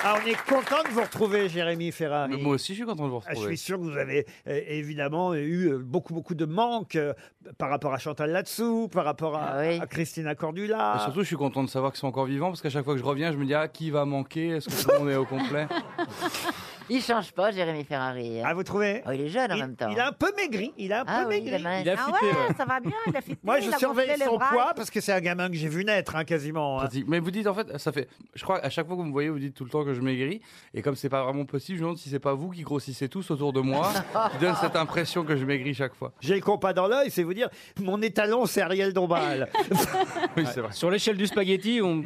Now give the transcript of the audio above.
Ah, on est content de vous retrouver, Jérémy Ferrari. Moi aussi, je suis content de vous Ah, je retrouver. suis sûr que vous avez euh, évidemment eu euh, beaucoup, beaucoup de manques euh, par rapport à Chantal Latsou, par rapport à, Ah oui. à Christina Et Cordula. surtout, je suis content de savoir qu'ils sont encore vivants parce qu'à chaque fois que je reviens, je me dis ah qui va manquer Est-ce que tout le monde est au complet Il change pas, Jérémy Ferrari. Ah, vous trouvez Oh, il est jeune en il, même temps. il a un peu maigri. Il a un Ah peu oui, il est maigri. mince. Il a Ah fité, ouais. ouais, ça va bien, il a fité. Moi, il je a gonflé surveille les son bras. poids parce que c'est un gamin que j'ai vu naître hein, quasiment. hein. Pratique. Mais vous dites en fait, ça fait. Je crois à chaque fois que vous me voyez, vous dites tout le temps que je maigris. Et comme c'est pas vraiment possible, je me demande si c'est pas vous qui grossissez tous autour de moi, qui donne cette impression que je maigris chaque fois. J'ai le compas dans l'œil, c'est vous dire, mon étalon, c'est Ariel Dombal. Oui, c'est vrai. Sur l'échelle du spaghetti, on.